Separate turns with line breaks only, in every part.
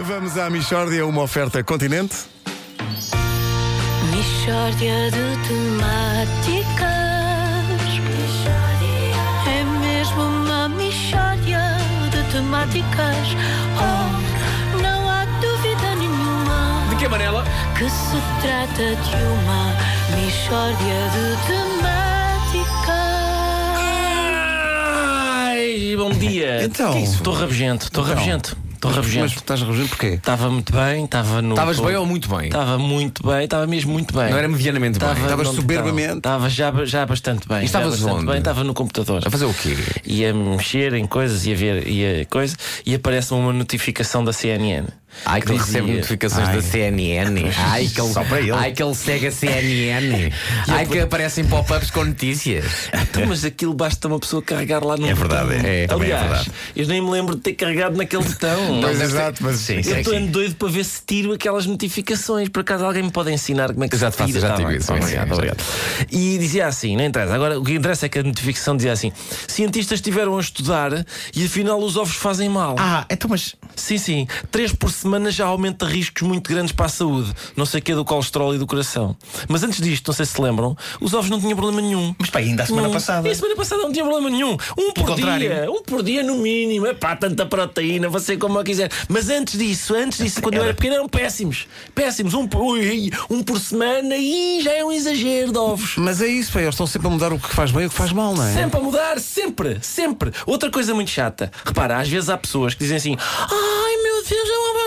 Vamos à Michórdia, uma oferta continente.
Mishória de temáticas É mesmo uma mishória de temáticas Oh, não há dúvida nenhuma
De que amarela?
Que se trata de uma mishória de temáticas
Ai, bom dia.
Então.
Que é isso? Estou rabugento, estou rabugento, estou
Então, Mas
rabugento.
estás rabugento porquê?
Estava muito bem, estava no.
Estavas bem ou muito bem?
Estava muito bem, estava mesmo muito bem.
Não era medianamente bem.
Estava-
Estavas
não-
soberbamente?
Estava já, já bastante bem.
E estavas
já bastante
onde?
bem, estava no computador.
A fazer o quê?
Ia mexer em coisas, ia ver ia coisa, e aparece-me uma notificação da CNN.
Ai, que ele
dizia-
recebe notificações da CNN. Ai, que ele, Só para ele. Ai, que ele segue a CNN. Ai, que aparecem pop-ups com notícias.
Então, mas aquilo basta uma pessoa carregar lá no
É verdade,
botão.
é. É, também é
Aliás,
verdade.
eu nem me lembro de ter carregado naquele
Então
botão.
Pois exato, mas sim.
Eu estou doido para ver se tiro aquelas notificações. Por acaso alguém me pode ensinar como é que
Já
se
te faço,
tira?
já
Tá
te
bem,
digo, sim,
obrigado,
sim,
obrigado. E dizia assim, não interessa. Agora o que interessa é que a notificação dizia assim: cientistas estiveram a estudar e afinal os ovos fazem mal.
Ah, então, mas.
Sim, sim. Três por semana já aumenta riscos muito grandes para a saúde. Não sei o que é do colesterol e do coração. Mas antes disto, não sei se lembram, os ovos não tinham problema nenhum.
Mas pá, ainda a semana
Nenhum.
passada.
E a semana passada não tinha problema nenhum. Um por
contrário.
dia. Um por dia no mínimo. Epá, tanta proteína, você como eu quiser. Mas antes disso, antes disso, quando eu era pequeno, eram péssimos. Péssimos. Um por, ui, um por semana e já é um exagero de ovos.
Mas é isso, pá, eles estão sempre a mudar o que faz bem e o que faz mal,
é?
não
Sempre a mudar, sempre, sempre. Outra coisa muito chata. Repara, às vezes há pessoas que dizem assim: Ai meu Deus, é uma barbaridade."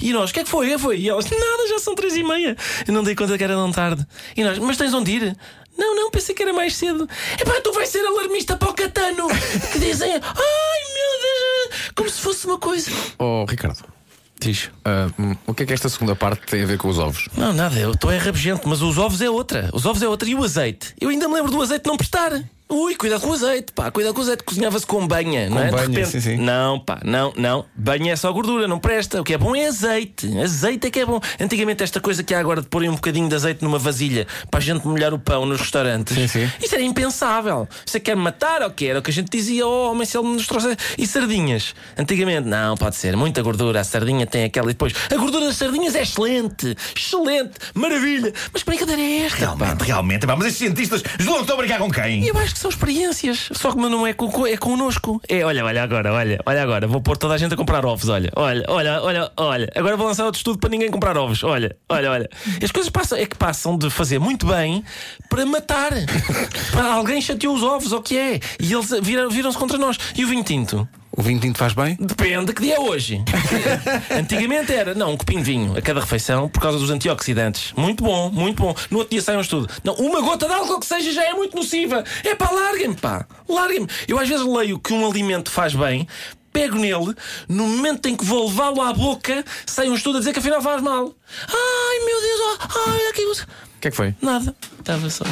E nós, o que é que foi? O que é que foi? E elas, nada, já são três e meia. Eu não dei conta que era tão tarde. E nós, mas tens onde ir? Não, não, pensei que era mais cedo. Epá, tu vais ser alarmista para o Catano. Que dizem, ai meu Deus, como se fosse uma coisa.
Oh, Ricardo. Diz. o que é que esta segunda parte tem a ver com os ovos?
Não, nada, eu estou é rabugento, mas os ovos é outra. Os ovos é outra e o azeite. Eu ainda me lembro do azeite não prestar. Ui, cuidado com o azeite, pá, cuidado com o azeite. Cozinhava-se com banha, não é?
banha,
De repente,
sim, sim.
Não, pá, não, não. Banha é só gordura, não presta. O que é bom é azeite. Azeite é que é bom. Antigamente, esta coisa que há agora de porem um bocadinho de azeite numa vasilha para a gente molhar o pão nos restaurantes.
Sim, sim.
Isso era impensável. Você quer matar ou quê? Era o que a gente dizia, oh, homem, se ele nos trouxer. E sardinhas? Antigamente, não, pode ser. Muita gordura. A sardinha tem aquela e depois. A gordura das sardinhas é excelente. Excelente. Maravilha. Mas que brincadeira é esta? pá?
Realmente, realmente, pá, mas estes cientistas, João, estão a brincar com quem?
E Eu acho que são experiências. Só que não é, com, é connosco. É, olha, olha agora, olha, olha agora. Vou pôr toda a gente a comprar ovos, olha, olha, olha, olha, olha. Agora vou lançar outro estudo para ninguém comprar ovos. Olha, olha, olha. As coisas passam, é que passam de fazer muito bem para matar. para alguém chateou os ovos, ou o que é? E eles viram- viram-se contra nós. E o vinho tinto?
O vinho tinto faz bem?
Depende que dia é hoje. Antigamente era, não, um copinho de vinho a cada refeição por causa dos antioxidantes. Muito bom, muito bom. No outro dia sai um estudo. Não, uma gota de álcool que seja já é muito nociva. É pá, larguem-me, pá. Larguem-me. Eu às vezes leio que um alimento faz bem. Pego nele, no momento em que vou levá-lo à boca, sai um estudo a dizer que afinal faz mal. Ai meu Deus, oh, ai, olha que coisa.
O que é que foi?
Nada, estava só.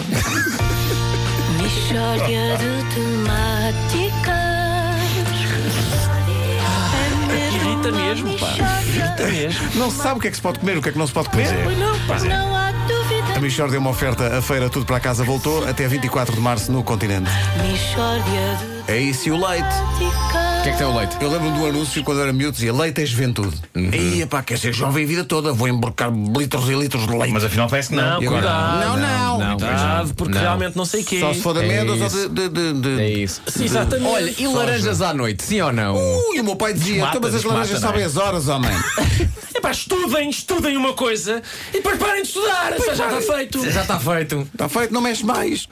Mishória de temáticas É
Irrita
uma
mesmo, pá.
mixórdia
Irrita mesmo.
Não se sabe o que é que se pode comer, o que é que não se pode comer.
Pois não, pá.
Não há dúvida
A Michórdia é uma oferta, a feira tudo para casa voltou, até 24 de março no continente.
Mixórdia de
É isso e o leite.
temáticas
O que é que tem o leite?
Eu lembro-me do anúncio quando eu era miúdo, dizia leite é juventude. E pá, quer ser jovem a vida toda, vou embarcar litros e litros de leite.
Mas afinal parece que não.
Não,
Agora-
cuidado.
Não, não.
Cuidado, porque
Não.
realmente não sei o quê.
Só se for de amêndoas
É
ou de. de, de, de-
É isso.
Sim, Exatamente.
Olha, e laranjas à noite, sim ou não?
Ui, o meu pai dizia,
Desmata,
"Então, mas as
desmata,
laranjas
não é?
sabem as horas, homem.
Epá, estudem, estudem uma coisa e depois parem de estudar. Isso já está feito.
Já está feito.
Está feito, não mexe mais.